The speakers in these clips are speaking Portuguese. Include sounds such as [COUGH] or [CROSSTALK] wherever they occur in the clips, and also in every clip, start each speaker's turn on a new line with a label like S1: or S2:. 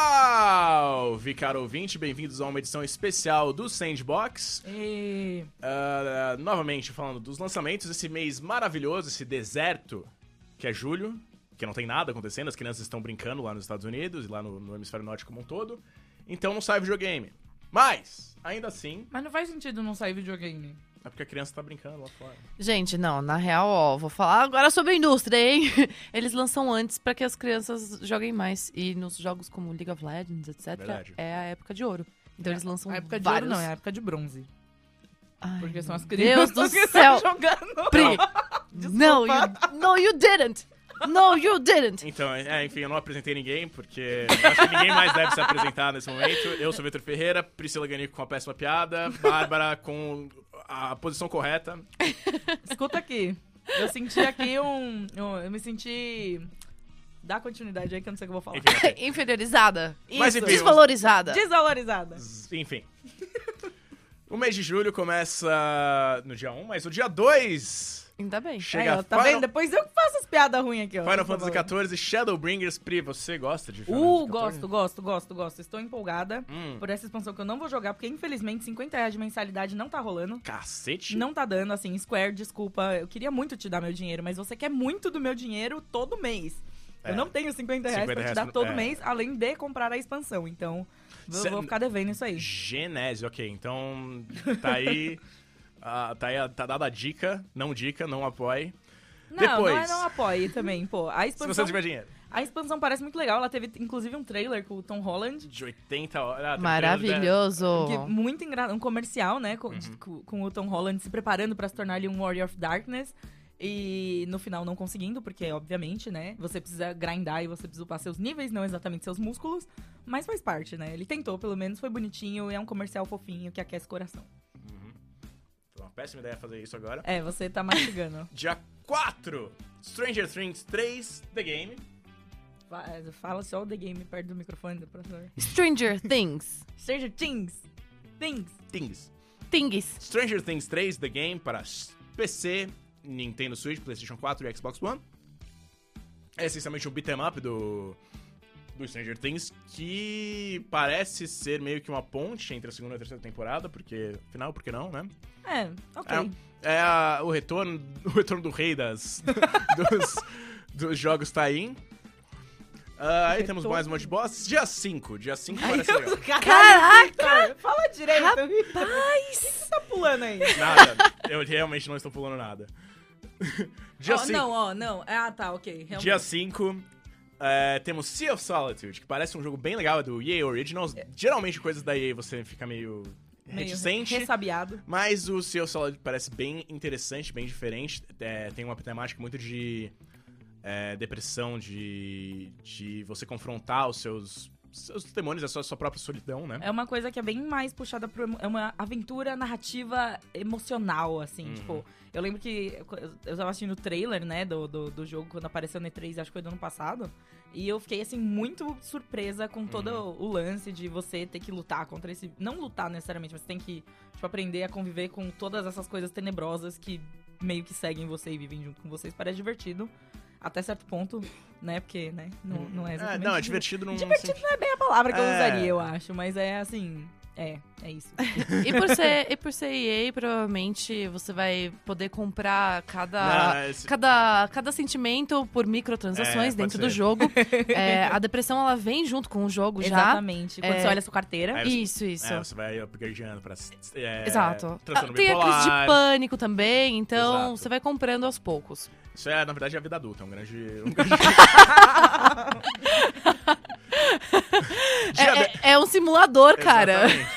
S1: Salve, caro ouvinte! Bem-vindos a uma edição especial do Sandbox.
S2: E...
S1: Ah, novamente, falando dos lançamentos, esse mês maravilhoso, esse deserto, que é julho, que não tem nada acontecendo, as crianças estão brincando lá nos Estados Unidos e lá no, no Hemisfério Norte como um todo. Então não sai videogame. Mas, ainda assim,
S2: Mas não faz sentido não sair videogame.
S1: é porque a criança tá brincando lá fora.
S3: Gente, não, na real, ó, vou falar agora sobre a indústria, hein? [LAUGHS] Eles lançam antes pra que as crianças joguem mais. E nos jogos como League of Legends, etc.,
S1: Verdade.
S3: é a época de ouro. Então eles lançam
S2: A época de
S3: vários...
S2: ouro não, é a época de bronze.
S3: Ai,
S2: Porque são as
S3: meu
S2: crianças
S3: Deus
S2: [LAUGHS]
S3: do
S2: que
S3: céu!
S2: estão jogando.
S3: Pri! [LAUGHS] no, you, no, you didn't! No,
S1: [LAUGHS]
S3: you didn't!
S1: Então, é, enfim, eu não apresentei ninguém, porque eu acho que ninguém mais deve se apresentar nesse momento. Eu sou Vitor Ferreira, Priscila Ganico com a péssima piada, Bárbara com a posição correta.
S2: Escuta aqui. Eu senti aqui um... Eu, eu me senti... Dá continuidade aí que eu não sei o que eu vou falar.
S1: Enfim, ok.
S3: Inferiorizada.
S1: Mas
S2: Isso.
S1: enfim,
S3: Desvalorizada.
S2: Desvalorizada.
S1: Enfim. O mês de julho começa no dia 1, mas o dia 2
S3: Ainda bem.
S1: chega
S2: Aí, ó, tá
S1: Final,
S2: vendo? Depois eu que faço as piadas ruins aqui, ó.
S1: Final
S2: por
S1: Fantasy
S2: favor.
S1: XIV Shadowbringers Pri. Você gosta de Final
S2: Uh,
S1: Fantasy
S2: gosto,
S1: 14?
S2: gosto, gosto, gosto. Estou empolgada
S1: Hum,
S2: por essa expansão que eu não vou jogar, porque infelizmente 50 reais de mensalidade não tá rolando.
S1: cacete.
S2: Não tá dando, assim, Square, desculpa. Eu queria muito te dar meu dinheiro, mas você quer muito do meu dinheiro todo mês.
S1: É.
S2: Eu não tenho 50 reais
S1: 50
S2: pra te
S1: reais
S2: dar
S1: pro-
S2: todo
S1: é.
S2: mês, além de comprar a expansão. Então, vou,
S1: Cê-
S2: vou ficar devendo isso aí.
S1: Genese, ok. Então, tá aí. [LAUGHS] ah, tá aí a- tá dada a dica. Não dica, não apoie.
S2: Não,
S1: Depois.
S2: não é não apoie também, pô. A
S1: [LAUGHS] Se
S2: expansão,
S1: você tiver dinheiro.
S2: a expansão parece muito legal. Ela teve, inclusive, um trailer com o Tom Holland.
S1: De 80 horas. Ah, tem trailer, né?
S3: É Maravilhoso.
S2: Que é muito engraçado. Um comercial, né? Com, de- com- com o Tom Holland se preparando pra se tornar ali um Warrior of Darkness. E no final não conseguindo, porque, obviamente, né? Você precisa grindar e você precisa upar seus níveis, não exatamente seus músculos. Mas faz parte, né? Ele tentou, pelo menos, foi bonitinho. E é um comercial fofinho que aquece o coração.
S1: Foi Uma péssima ideia fazer isso agora.
S2: É, você tá mastigando.
S1: Dia 4, Stranger Things 3 The Game.
S2: Fa- é, Fala só o The Game perto do microfone do professor.
S3: Stranger Things.
S2: Seja Things! Things!
S1: Things.
S3: Things.
S1: Stranger Things 3 The Game para PC, Nintendo Switch, PlayStation 4 e Xbox One. É essencialmente um beat'em up do, do Stranger Things que parece ser meio que uma ponte entre a segunda e a terceira temporada, porque afinal, por que não, né?
S2: É, ok.
S1: É, é a- o retorno, o retorno do rei das [LAUGHS] dos, dos jogos tá aí. Ah, aí temos
S2: retorno.
S1: mais um monte de boss. Dia 5, dia 5 parece
S2: Eu-
S1: legal.
S2: [LAUGHS] Caralho, Vitor, Fala direito! [LAUGHS]
S3: Rapaz!
S2: Você tá pulando aí?
S1: Nada, eu realmente não estou pulando nada. [LAUGHS] Dia
S2: Ó,
S1: 5.
S2: Oh, Não, ó, não. Ah, tá, ok. Realmente.
S1: Dia 5, é, temos Sea of Solitude, que parece um jogo bem legal, é do EA Originals. Geralmente coisas da EA você fica meio,
S2: Meio
S1: reticente.
S2: Ressabiado.
S1: Mas o Sea of Solitude parece bem interessante, bem diferente. É, tem uma temática muito de é, depressão, de, de você confrontar os seus, seus demônios, a sua, sua própria solidão, né?
S2: É uma coisa que é bem mais puxada pro. emo- É uma aventura narrativa emocional, assim.
S1: Uhum.
S2: Tipo, eu lembro que eu- eu tava assistindo o trailer, né, do, do, do jogo quando apareceu no E3, acho que foi do ano passado. E eu fiquei, assim, muito surpresa com todo
S1: Uhum.
S2: o lance de você ter que lutar contra esse. Não lutar necessariamente, mas você tem que, tipo, aprender a conviver com todas essas coisas tenebrosas que meio que seguem você e vivem junto com vocês. Parece divertido. Até certo ponto, né? Porque, né? Não, não é exatamente.
S1: não, é divertido num
S2: Divertido
S1: sentido-
S2: não é bem a palavra que eu
S1: É.
S2: usaria, eu acho, mas é assim. É, é isso.
S3: E por ser, e por ser EA, provavelmente você vai poder comprar
S1: Não,
S3: cada.
S1: é esse-
S3: Cada, cada sentimento por
S1: É,
S3: microtransações
S1: pode
S3: dentro
S1: ser. [LAUGHS]
S3: do jogo. É, a depressão ela vem junto com [LAUGHS] o jogo já.
S2: Exatamente. Quando
S3: É.
S2: você olha a sua carteira.
S1: É.
S3: Isso, isso.
S1: É, você vai upgradeando pra. É,
S3: Exato.
S1: transtorno
S3: Ah, Tem a crise de
S1: bipolar.
S3: pânico também, então
S1: Exato.
S3: você vai comprando aos poucos.
S1: Isso é, na verdade, a vida adulta. É um grande.
S3: [LAUGHS]
S1: Um grande...
S3: É, é- é um simulador, cara.
S1: Exatamente.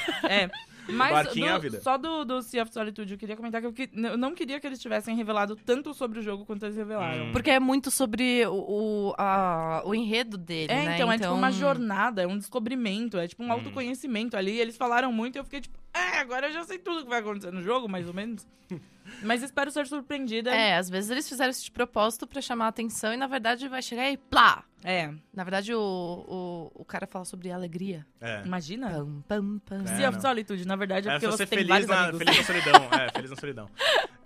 S2: É. Mas
S1: Barquinho é
S2: do-
S1: a vida.
S2: só do, do Sea of Solitude, eu queria comentar que eu, que- eu não queria que eles tivessem revelado tanto sobre o jogo quanto eles revelaram.
S1: Hum.
S3: Porque é muito sobre o, o, a- o enredo dele,
S2: É,
S3: né?
S2: então, é tipo uma jornada, é um descobrimento, é tipo
S1: Hum.
S2: um autoconhecimento ali. Eles falaram muito e eu fiquei tipo, é, agora eu já sei tudo que vai acontecer no jogo, mais
S1: [LAUGHS]
S2: ou menos. mas espero ser surpreendida.
S3: É, às vezes eles fizeram isso de propósito pra chamar a atenção e na verdade vai chegar e plá!
S2: É,
S3: Na verdade, o, o, o cara fala sobre alegria.
S1: É.
S2: imagina.
S3: Pam, pam, pam.
S1: É,
S2: sea of
S1: não.
S2: Solitude, na verdade, é,
S1: É,
S2: porque
S1: você
S2: você
S1: ser
S2: tem
S1: feliz
S2: vários
S1: na,
S2: amigos.
S1: feliz na solidão. É, feliz na solidão.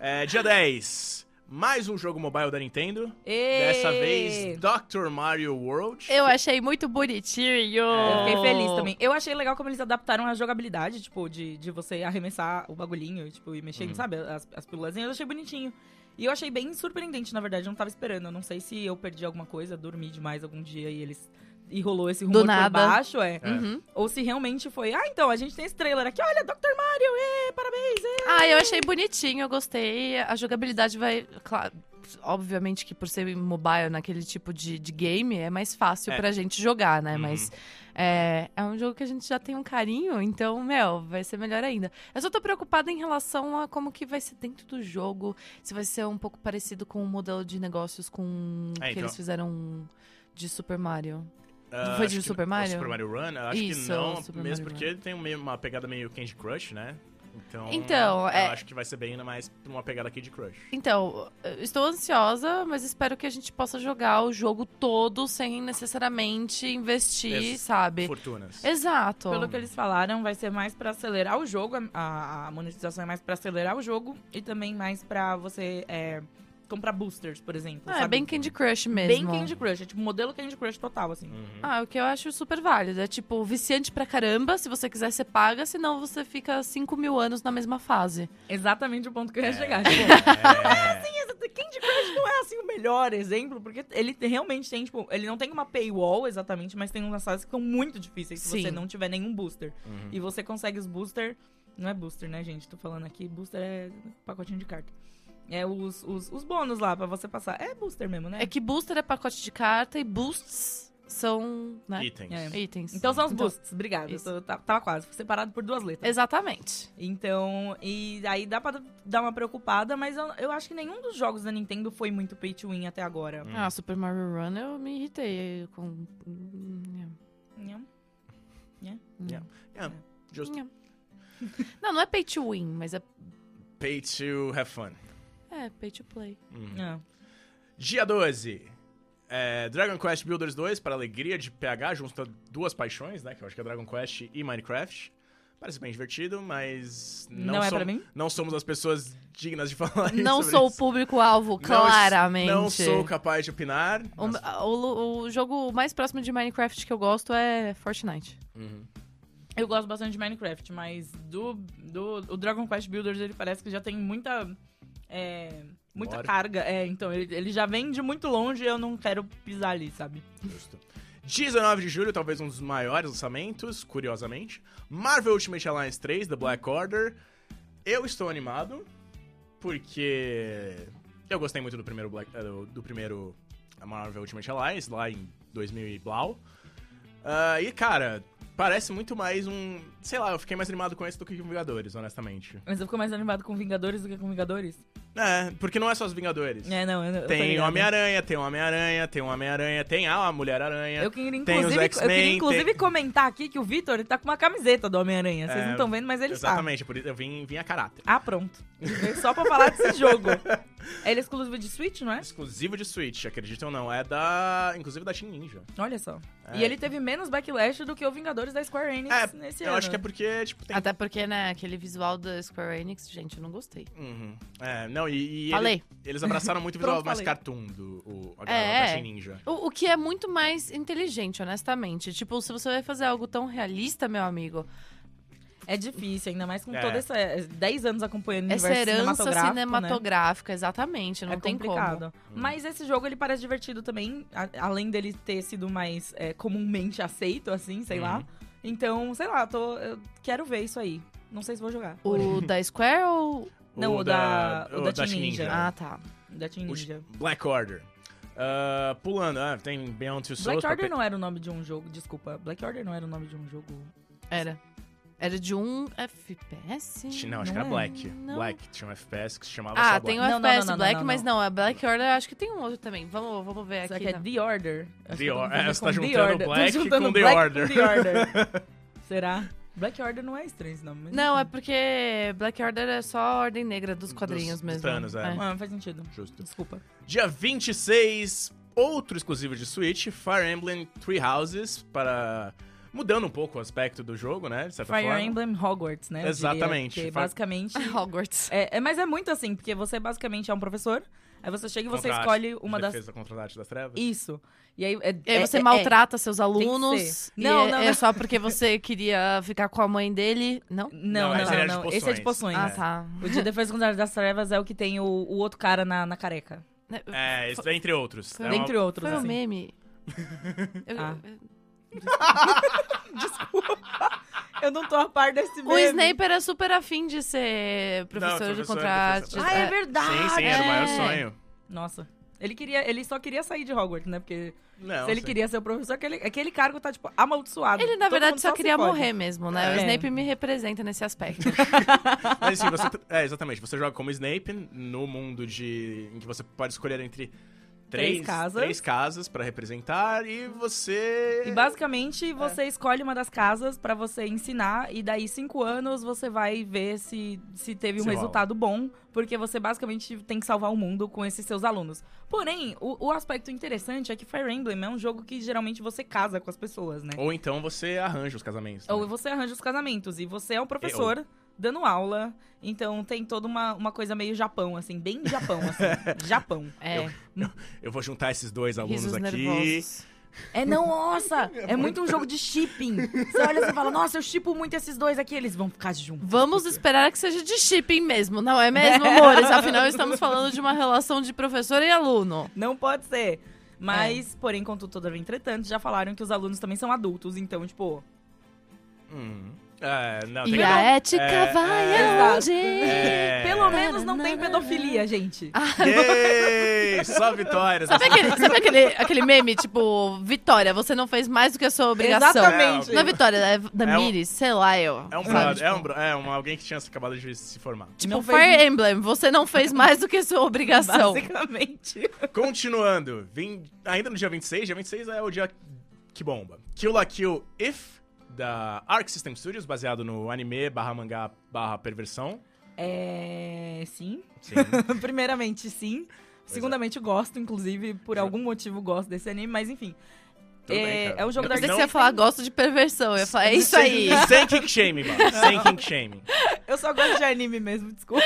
S1: É, dia 10. mais um jogo mobile da Nintendo.
S2: Ê!
S1: Dessa vez, Dr. Mario World.
S3: Eu achei muito bonitinho.
S2: É, Eu fiquei
S3: Oh.
S2: feliz também. Eu achei legal como eles adaptaram a jogabilidade, tipo, de, de você arremessar o bagulhinho e, tipo, e mexer, sabe? As, as pílulazinhas, eu achei bonitinho. E eu achei bem surpreendente, na verdade, eu não tava esperando. Eu não sei se eu perdi alguma coisa, dormi demais algum dia e eles. E rolou esse rumor
S3: nada.
S2: por baixo, é.
S3: Uhum.
S2: Ou se realmente foi, ah, então, a gente tem esse trailer aqui, olha, Dr. Mario, ê, parabéns, ê.
S3: Ah, eu achei bonitinho, eu gostei. A jogabilidade vai. Claro, obviamente que por ser mobile naquele tipo de, de game é mais fácil
S1: É.
S3: pra gente jogar, né?
S1: Uhum.
S3: Mas é, é um jogo que a gente já tem um carinho, então, meu, vai ser melhor ainda. Eu só tô preocupada em relação a como que vai ser dentro do jogo, se vai ser um pouco parecido com o modelo de negócios com
S1: É,
S3: que
S1: então-
S3: eles fizeram de Super Mario.
S1: Ah,
S3: foi
S1: acho
S3: de
S1: que-
S3: Super Mario?
S1: o Super Mario Run? Eu acho
S3: Isso,
S1: que não,
S3: Super
S1: mesmo
S3: Mario
S1: porque ele tem meio- uma pegada meio Candy Crush, né? Então,
S3: Então,
S1: eu
S3: é-
S1: acho que vai ser bem ainda mais pra uma pegada Candy Crush.
S3: Então, eu estou ansiosa, mas espero que a gente possa jogar o jogo todo sem necessariamente investir,
S1: Ex-
S3: sabe?
S1: Fortunas.
S3: Exato.
S2: Pelo que eles falaram, vai ser mais pra acelerar o jogo, a- a, a monetização é mais pra acelerar o jogo e também mais pra você é, comprar boosters, por exemplo.
S3: Ah, é
S2: sabe?
S3: bem Candy Crush
S2: Bem
S3: mesmo.
S2: Candy Crush, é tipo modelo Candy Crush total, assim.
S1: Uhum.
S3: Ah, o que eu acho super válido. É tipo, viciante pra caramba. Se você quiser, você paga. Senão você fica 5 mil anos na mesma fase.
S2: Exatamente o ponto que eu ia
S1: É. [LAUGHS]
S2: chegar. Tipo,
S3: [LAUGHS]
S1: É,
S2: esse Candy Crush não é, assim, o melhor exemplo, porque ele te- realmente tem, tipo, ele não tem uma paywall exatamente, mas tem umas fases que são muito difíceis se
S3: Sim.
S2: você não tiver nenhum booster.
S1: uhum.
S2: E você consegue os booster. Não é booster, né, gente? Tô falando aqui, booster é pacotinho de carta. É os, os, os bônus lá pra você passar. É booster mesmo, né?
S3: É que booster é pacote de carta e boosts são, né?
S1: Itens.
S2: É.
S3: Itens.
S2: Então são os boosts, obrigada. Eu
S3: Isso.
S2: tô- tá- tava quase, separado por duas letras.
S3: Exatamente.
S2: Então, e aí dá pra dar uma preocupada, mas eu, eu acho que nenhum dos jogos da Nintendo foi muito pay to win até agora.
S1: Hum.
S3: Ah, Super Mario Run eu me irritei com.
S2: Nham.
S1: Yeah, just
S3: Não, não é pay to win, mas é,
S1: pay to have fun.
S3: é pay to play.
S1: Uhum.
S2: É.
S1: Dia 12. é, Dragon Quest Builders 2, para alegria de PH, junta duas paixões, né? Que eu acho que é Dragon Quest e Minecraft. Parece bem divertido, mas. Não,
S2: Não é
S1: som-
S2: pra mim?
S1: Não somos as pessoas dignas de [LAUGHS] falar
S3: Não
S1: [LAUGHS] sobre
S3: sou o
S1: isso.
S3: público-alvo,
S1: Não-
S3: claramente.
S1: Não, sou capaz de opinar.
S3: O, o- o jogo mais próximo de Minecraft que eu gosto é Fortnite.
S1: Uhum.
S2: Eu gosto bastante de Minecraft, mas do, do o Dragon Quest Builders ele parece que já tem muita é, muita
S1: Lore.
S2: carga. É, então ele, ele já vem de muito longe e eu não quero pisar ali, sabe?
S1: Justo. 19 de julho, talvez um dos maiores lançamentos, curiosamente. Marvel Ultimate Alliance 3, The Black Order. Eu estou animado, porque eu gostei muito do primeiro, Black, eh, do, do primeiro Marvel Ultimate Alliance, lá em 2000 e blau. Ah, e, cara, parece muito mais um... Sei lá, eu fiquei mais animado com esse do que com Vingadores, honestamente.
S2: Mas eu fico mais animado com Vingadores do que com Vingadores.
S1: É, porque não é só os Vingadores.
S2: É, não, eu, eu tô
S1: Tem
S2: ligada.
S1: Homem-Aranha, tem Homem-Aranha, tem Homem-Aranha, tem a Mulher-Aranha.
S2: Eu queria,
S1: Tem os
S2: inclusive, eu
S1: X-Men,
S2: queria
S1: tem-
S2: inclusive comentar aqui que o Vitor ele tá com uma camiseta do Homem-Aranha. Vocês
S1: É,
S2: não estão vendo, mas ele tá. está.
S1: Exatamente, por isso eu vim, vim a caráter.
S2: Ah, pronto. Ele veio Só pra falar desse jogo. Ele é exclusivo de Switch, não é?
S1: Exclusivo de Switch, acreditam ou não. É da. Inclusive da Team Ninja.
S2: Olha só.
S1: É.
S2: E ele teve menos backlash do que o Vingadores da Square Enix
S1: É,
S2: nesse
S1: eu
S2: ano.
S1: acho que é porque, tipo, tem.
S3: Até porque, né, aquele visual da Square Enix, gente, eu não gostei.
S1: Uhum. É, não, e. e
S3: Falei.
S1: ele- eles abraçaram
S2: [LAUGHS]
S1: muito o visual
S2: Pronto,
S1: mais
S2: falei.
S1: cartoon do o, a
S3: É,
S1: da
S3: é.
S1: Team Ninja.
S3: O, o que é muito mais inteligente, honestamente. Tipo, se você vai fazer algo tão realista, meu amigo,
S2: É difícil, ainda mais com
S1: É.
S2: toda essa. 10 anos acompanhando
S1: Um
S2: o
S3: essa
S2: universo
S3: é herança
S2: cinematográfico. né?
S3: cinematográfica, exatamente, não
S2: é
S3: tem como.
S2: complicado.
S1: Uhum.
S2: Mas esse jogo ele parece divertido também, a- além dele ter sido mais é, comumente aceito, assim, sei
S1: Uhum.
S2: lá. Então, sei lá, tô, eu quero ver isso aí. Não sei se vou jogar.
S3: O da Square ou.
S2: Não, o da- o da Team Ninja.
S3: Ah, tá.
S2: Da Team
S1: O
S2: Ninja.
S1: Black Order. Ah, pulando, ah, tem Beyond Two Souls.
S2: Black
S1: pra
S2: Order
S1: pe-
S2: não era o nome de um jogo, desculpa. Black Order não era o nome de um jogo.
S3: Era. Era de um FPS?
S1: Não, acho que
S2: não
S1: era
S2: é.
S1: Black.
S3: Não.
S1: Black, tinha um FPS que se chamava
S3: Ah,
S1: só Black.
S3: tem o
S2: Black. Não, não,
S3: FPS
S2: não, não,
S3: Black,
S2: não,
S3: mas
S2: não.
S3: não, é Black Order, acho que tem um outro também. Vamos, vamos ver
S2: Será
S3: aqui.
S2: que é
S3: na-
S2: The Order? Acho que eu tô
S1: Or- é,
S2: confundindo
S1: você
S2: com
S1: tá
S2: The
S1: juntando
S2: Order. Tô
S1: Black
S2: juntando
S1: com The
S2: Black com
S1: Order.
S2: The
S1: [LAUGHS]
S2: Order. Será? Black Order não é estranho esse nome. mas
S3: Não, é
S2: enfim.
S3: porque Black Order é só a ordem negra dos
S1: Dos-
S3: quadrinhos
S1: dos
S3: mesmo.
S1: Thanos, é.
S2: Ah, faz sentido.
S1: Justo.
S2: Desculpa.
S1: Dia 26, outro exclusivo de Switch, Fire Emblem Three Houses, para. mudando um pouco o aspecto do jogo, né? De certa
S2: Fire
S1: forma.
S2: Emblem Hogwarts, né? eu diria,
S1: Exatamente.
S2: porque
S1: Fa-
S2: basicamente.
S3: [LAUGHS]
S2: [LAUGHS]
S3: Hogwarts.
S2: É, é- mas é muito assim, porque você basicamente é um professor. Aí você chega e você
S1: Contra a
S2: escolhe
S1: arte-
S2: uma das.
S1: Defesa contra a arte das trevas.
S2: Isso. E aí. É,
S3: E aí
S2: é-
S3: você
S2: é- é.
S3: maltrata seus
S2: que
S3: alunos.
S2: ser.
S3: e
S2: Não,
S3: é-
S2: não,
S3: É
S2: não.
S3: só porque você queria ficar com a mãe dele. Não?
S2: Não,
S1: Não,
S2: não,
S1: esse
S2: não.
S1: era de
S2: não. Esse é de
S1: poções.
S2: poções.
S3: Ah, tá.
S2: O de Defesa contra a Arte das Trevas é o que tem o, o outro cara na, na careca.
S1: É, isso daí, entre outros.
S3: Foi-
S1: É uma-
S2: Dentre outros,
S3: Foi
S1: [LAUGHS]
S3: um
S2: assim.
S3: meme. Eu-
S2: Ah.
S3: eu-
S2: Eu não tô a par desse
S3: O
S2: meme.
S3: Snaper é super afim de ser professor, de
S1: professor,
S3: contrato.
S1: professor.
S2: Ah, é
S3: É.
S2: verdade!
S1: Sim, sim,
S2: Ah,
S1: era o maior
S3: É.
S1: sonho.
S2: Nossa. Ele queria, ele só queria sair de Hogwarts, né? Porque
S1: Não,
S2: se ele
S1: sim.
S2: queria ser o professor, aquele, aquele cargo tá, tipo, amaldiçoado.
S3: Ele, na
S2: Todo
S3: verdade,
S2: mundo
S3: só
S2: se
S3: queria
S2: fode.
S3: morrer mesmo, né? O
S2: É.
S3: Snape me representa nesse aspecto.
S1: Mas assim, você. É, exatamente. Você joga como Snape no mundo de. em que você pode escolher entre três,
S2: casas.
S1: três casas pra representar e você.
S2: E basicamente você escolhe uma das casas pra você ensinar, e daí cinco anos você vai ver se, se teve um
S1: Se rola.
S2: resultado bom, porque você basicamente tem que salvar o mundo com esses seus alunos. Porém, o, o aspecto interessante é que Fire Emblem é um jogo que geralmente você casa com as pessoas, né?
S1: Ou então você arranja os casamentos.
S2: Ou
S1: também.
S2: você arranja os casamentos, e você é um professor dando aula, então tem toda uma, uma coisa meio Japão, assim, bem Japão, assim, Japão.
S3: É,
S1: Eu vou juntar esses dois alunos
S3: risos
S1: aqui.
S3: nervosos.
S2: É não, nossa! É muito um jogo de shipping. Você olha e fala, nossa, eu shippo muito esses dois aqui, eles vão ficar juntos.
S3: Vamos esperar que seja de shipping mesmo, não
S2: [LAUGHS]
S3: é mesmo, amores? Afinal, estamos falando de uma relação de professor e aluno.
S2: Não pode ser. Mas,
S3: É.
S2: porém, contudo, todavia, entretanto, já falaram que os alunos também são adultos, então, tipo.
S1: Hum. É, não, tem
S3: E
S1: que-
S3: a ética
S1: É,
S3: vai
S2: é,
S3: aonde?
S1: É.
S2: Pelo menos não tem pedofilia, gente.
S3: Ah,
S1: Yay! Só vitórias! assim.
S3: Sabe, aquele, sabe aquele, aquele meme, tipo, Vitória, você não fez mais do que a sua obrigação?
S2: Exatamente.
S3: Não é Vitória, é da
S1: É um-
S3: Miris, sei lá, eu.
S1: É um
S3: sabe?
S2: tipo
S1: brother, é, um, bro- é um, alguém que tinha se acabado de se formar.
S3: Tipo,
S2: Não fez-
S3: Fire Emblem, você não fez mais do que a sua obrigação.
S2: Basicamente.
S1: Continuando, vim- ainda no dia 26, dia 26 é o dia que bomba. Kill la Kill If, da Arc System Studios, baseado no anime barra mangá barra perversão.
S2: É. Sim.
S1: Sim.
S2: [LAUGHS] Primeiramente, sim.
S1: é.
S2: Segundamente, eu gosto, inclusive, por
S1: Pois é.
S2: algum motivo gosto desse anime, mas enfim.
S1: Tudo
S2: é,
S1: bem, cara.
S2: é o jogo
S3: Eu
S2: da
S3: pensei que
S1: Não-
S3: você ia falar, gosto de perversão. Eu ia falar, é isso
S1: Sem-
S3: aí.
S1: Sem kink shaming, mano. Sem kink shaming.
S2: Eu só gosto de anime
S1: [LAUGHS]
S2: mesmo, [LAUGHS] desculpa.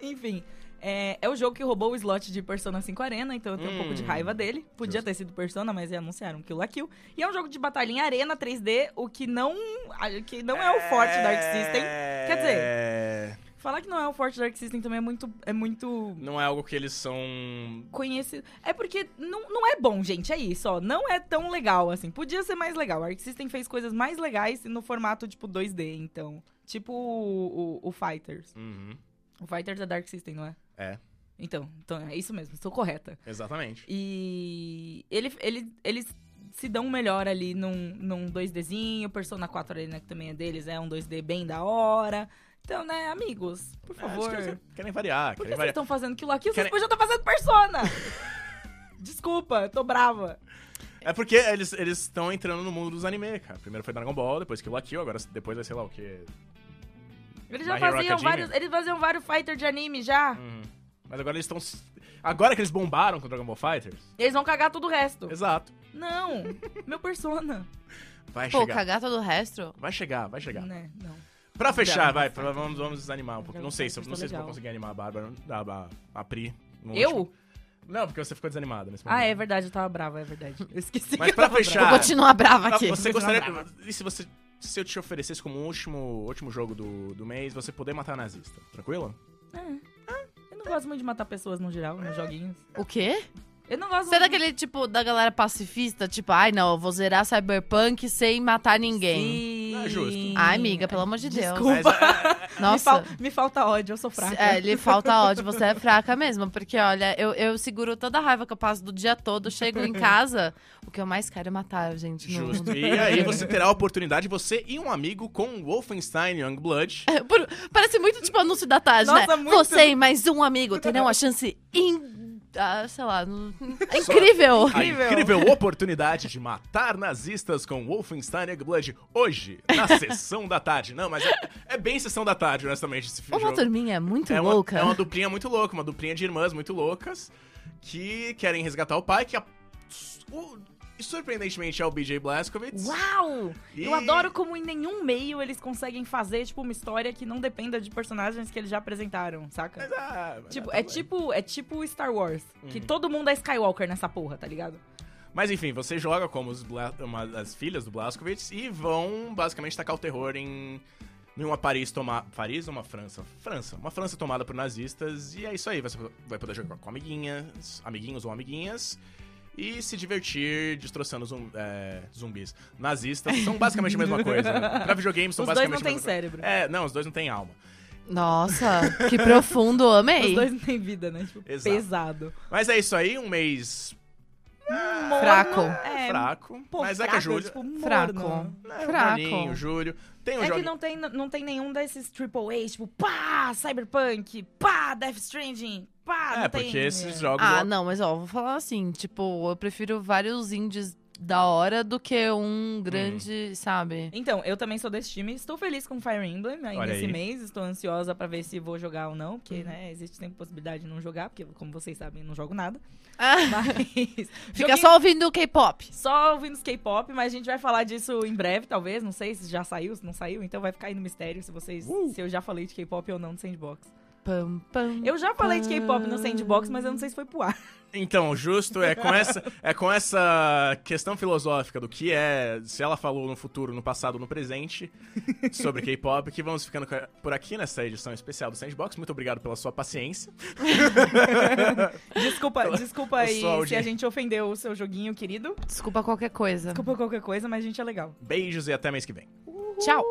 S2: Enfim, é, é o jogo que roubou o slot de Persona 5 Arena, então eu tenho um pouco de
S1: Hum,
S2: raiva dele. Podia
S1: justo.
S2: ter sido Persona, mas anunciaram Kill la Kill. E é um jogo de batalha em arena 3D, o que não, a- que não é o forte da Arc System. Quer
S1: dizer...
S2: Falar que não é o forte da Arc System também é muito, é muito
S1: Não é algo que eles são...
S2: conhecido. É porque não, não é bom, gente, é isso, ó. Não é tão legal, assim. Podia ser mais legal. A Arc System fez coisas mais legais no formato, tipo, 2D, então. Tipo o- o- o Fighters.
S1: Uhum,
S2: O Fighters é Dark System, não é?
S1: É.
S2: Então, então é isso mesmo, estou correta.
S1: exatamente.
S2: E ele, ele, eles se dão melhor ali num, num 2Dzinho, Persona 4 Arena, que também é deles, é um 2D bem da hora. Então, né, amigos, por
S1: É, eles
S2: favor.
S1: querem, querem variar,
S2: por que
S1: querem
S2: vocês
S1: variar.
S2: estão fazendo aquilo aqui? Vocês
S1: Querem-
S2: podiam estar fazendo Persona! [LAUGHS] Desculpa, eu tô brava.
S1: É porque eles eles estão entrando no mundo dos anime, cara. Primeiro foi Dragon Ball, depois Kill la Kill, agora depois vai sei lá o que.
S2: Eles já
S1: My Hero Academia.
S2: faziam vários. Eles faziam vários fighter de anime já.
S1: Mas agora eles estão. Agora que eles bombaram com Dragon Ball Fighters.
S2: Eles vão cagar todo o resto.
S1: Exato.
S2: Não, meu persona.
S1: Vai
S3: Pô,
S1: chegar.
S3: cagar todo o resto?
S1: Vai chegar, vai chegar.
S2: Né, não.
S1: Pra fechar,
S2: Dragon
S1: vai,
S2: Ball
S1: pra-
S2: Fighters.
S1: vamos, vamos desanimar um pouco.
S2: Dragon
S1: Não sei, se,
S2: Fighters
S1: não
S2: tá
S1: sei se eu vou
S2: legal.
S1: conseguir animar a Bárbara, a, a, a Pri. no
S2: Eu?
S1: Um último. Não, porque você ficou desanimada nesse momento.
S2: Ah, é verdade, eu tava brava, é verdade. [LAUGHS] Eu esqueci
S1: Mas
S2: que eu
S1: pra
S2: tava brava.
S1: fechar-
S3: Vou
S1: Ah.
S3: continuar brava
S1: Ah,
S3: aqui.
S1: Você
S2: Vou [LAUGHS]
S1: gostaria.
S2: continuar
S1: E se você. Se eu te oferecesse como último, último jogo do, do mês, você poder matar nazista, tranquilo?
S2: Eu não gosto muito de matar pessoas no geral, nos joguinhos.
S3: O quê?
S2: Eu não gosto
S3: Você é
S2: muito-
S3: daquele tipo da galera pacifista, tipo, ai não, eu vou zerar Cyberpunk sem matar ninguém.
S2: Sim.
S1: Ah, justo.
S3: Ai, amiga, pelo amor de Deus.
S2: Desculpa.
S1: Mas, é,
S3: Nossa.
S2: Me, fal- me falta ódio, eu sou fraca.
S3: É, lhe falta ódio, você é fraca mesmo, porque olha, eu, eu seguro toda a raiva que eu passo do dia todo, chego em casa, o que eu mais quero é matar, gente. no-
S1: Justo.
S3: no-
S1: E
S2: [LAUGHS]
S1: aí você terá a oportunidade, você e um amigo com Wolfenstein Youngblood.
S3: É, Por- parece muito tipo anúncio da tarde, né?
S2: Nossa, muito.
S3: Você e mais um amigo terão a chance in... ah, sei lá, no- é incrível.
S1: A
S2: Incrível.
S1: incrível oportunidade de matar nazistas com Wolfenstein Youngblood hoje,
S2: [LAUGHS]
S1: na sessão da tarde. Não, mas é, é bem sessão da tarde, honestamente,
S2: É
S1: esse filme.
S3: Uma turminha muito
S1: é, uma,
S3: louca.
S1: é uma duplinha muito louca, uma duplinha de irmãs muito loucas que querem resgatar o pai, que a- o- E surpreendentemente é o BJ Blazkowicz.
S2: Uau! Eu
S1: E-
S2: adoro como em nenhum meio eles conseguem fazer, tipo, uma história que não dependa de personagens que eles já apresentaram, saca?
S1: Mas, ah, mas
S2: Tipo,
S1: tá
S2: é
S1: bom. Uhum.
S2: tipo, é tipo Star Wars, que todo mundo é Skywalker nessa porra, tá ligado?
S1: Mas enfim, você joga como os Bla- uma das filhas do Blazkowicz e vão basicamente tacar o terror em em uma Paris tomar Paris ou uma França? França, uma França tomada por nazistas e é isso aí, você vai poder jogar com amiguinhas, amiguinhos ou amiguinhas. E se divertir destroçando zum- é, zumbis. Nazistas são basicamente a
S2: [LAUGHS]
S1: mesma coisa. Né? Pra videogames são
S2: Os dois
S1: basicamente
S2: não
S1: a
S2: têm
S1: mesma coisa.
S2: cérebro.
S1: É, não, os dois não têm alma.
S3: Nossa, que profundo, amei.
S2: Os dois não têm vida, né? Tipo,
S1: Exato.
S2: pesado.
S1: Mas é isso aí, um mês
S2: Morno,
S3: Fraco.
S2: É,
S1: Ah, fraco.
S2: Pô,
S1: mas é
S2: fraco,
S1: que a Júlia.
S2: Tipo, morno.
S3: Fraco.
S1: É,
S3: fraco.
S1: Morninho, Júlio. Tem um
S2: É
S1: jogo.
S2: que não tem, não tem nenhum desses AAA, tipo, pá, Cyberpunk, pá, Death Stranding, pá,
S1: É,
S2: não
S1: porque
S2: tem... né?
S1: esses jogos.
S3: Ah, não, mas ó, vou falar assim, tipo, eu prefiro vários indies da hora do que um grande, sabe?
S2: Então, eu também sou desse time. Estou feliz com Fire Emblem ainda
S1: Olha
S2: esse
S1: aí.
S2: mês. Estou ansiosa pra ver se vou jogar ou não,
S3: Uhum.
S2: porque, né, existe sempre possibilidade de não jogar, porque, como vocês sabem, eu não jogo
S3: [LAUGHS]
S2: nada. Ah, Mas.
S3: Fica
S2: joguei
S3: só ouvindo o K-pop.
S2: Só ouvindo os K-pop, mas a gente vai falar disso em breve, talvez. Não sei se já saiu, se não saiu, então vai ficar aí no mistério se vocês.
S1: Uh.
S2: Se eu já falei de K-pop ou não no sandbox.
S3: Pam, pam.
S2: Eu já falei de K-pop
S3: ah.
S2: no sandbox, mas eu não sei se foi pro
S1: [LAUGHS]
S2: ar.
S1: Então, justo, é com, essa, é com essa questão filosófica do que é, se ela falou no futuro, no passado, no presente, sobre K-pop, que vamos ficando ca- por aqui nessa edição especial do Sandbox. Muito obrigado pela sua paciência.
S2: Desculpa, desculpa aí
S1: Pessoal,
S2: se a
S1: gente.
S2: gente ofendeu o seu joguinho, querido.
S3: Desculpa qualquer coisa.
S2: Desculpa qualquer coisa, mas a gente é legal.
S1: Beijos e até mês que vem.
S3: Tchau.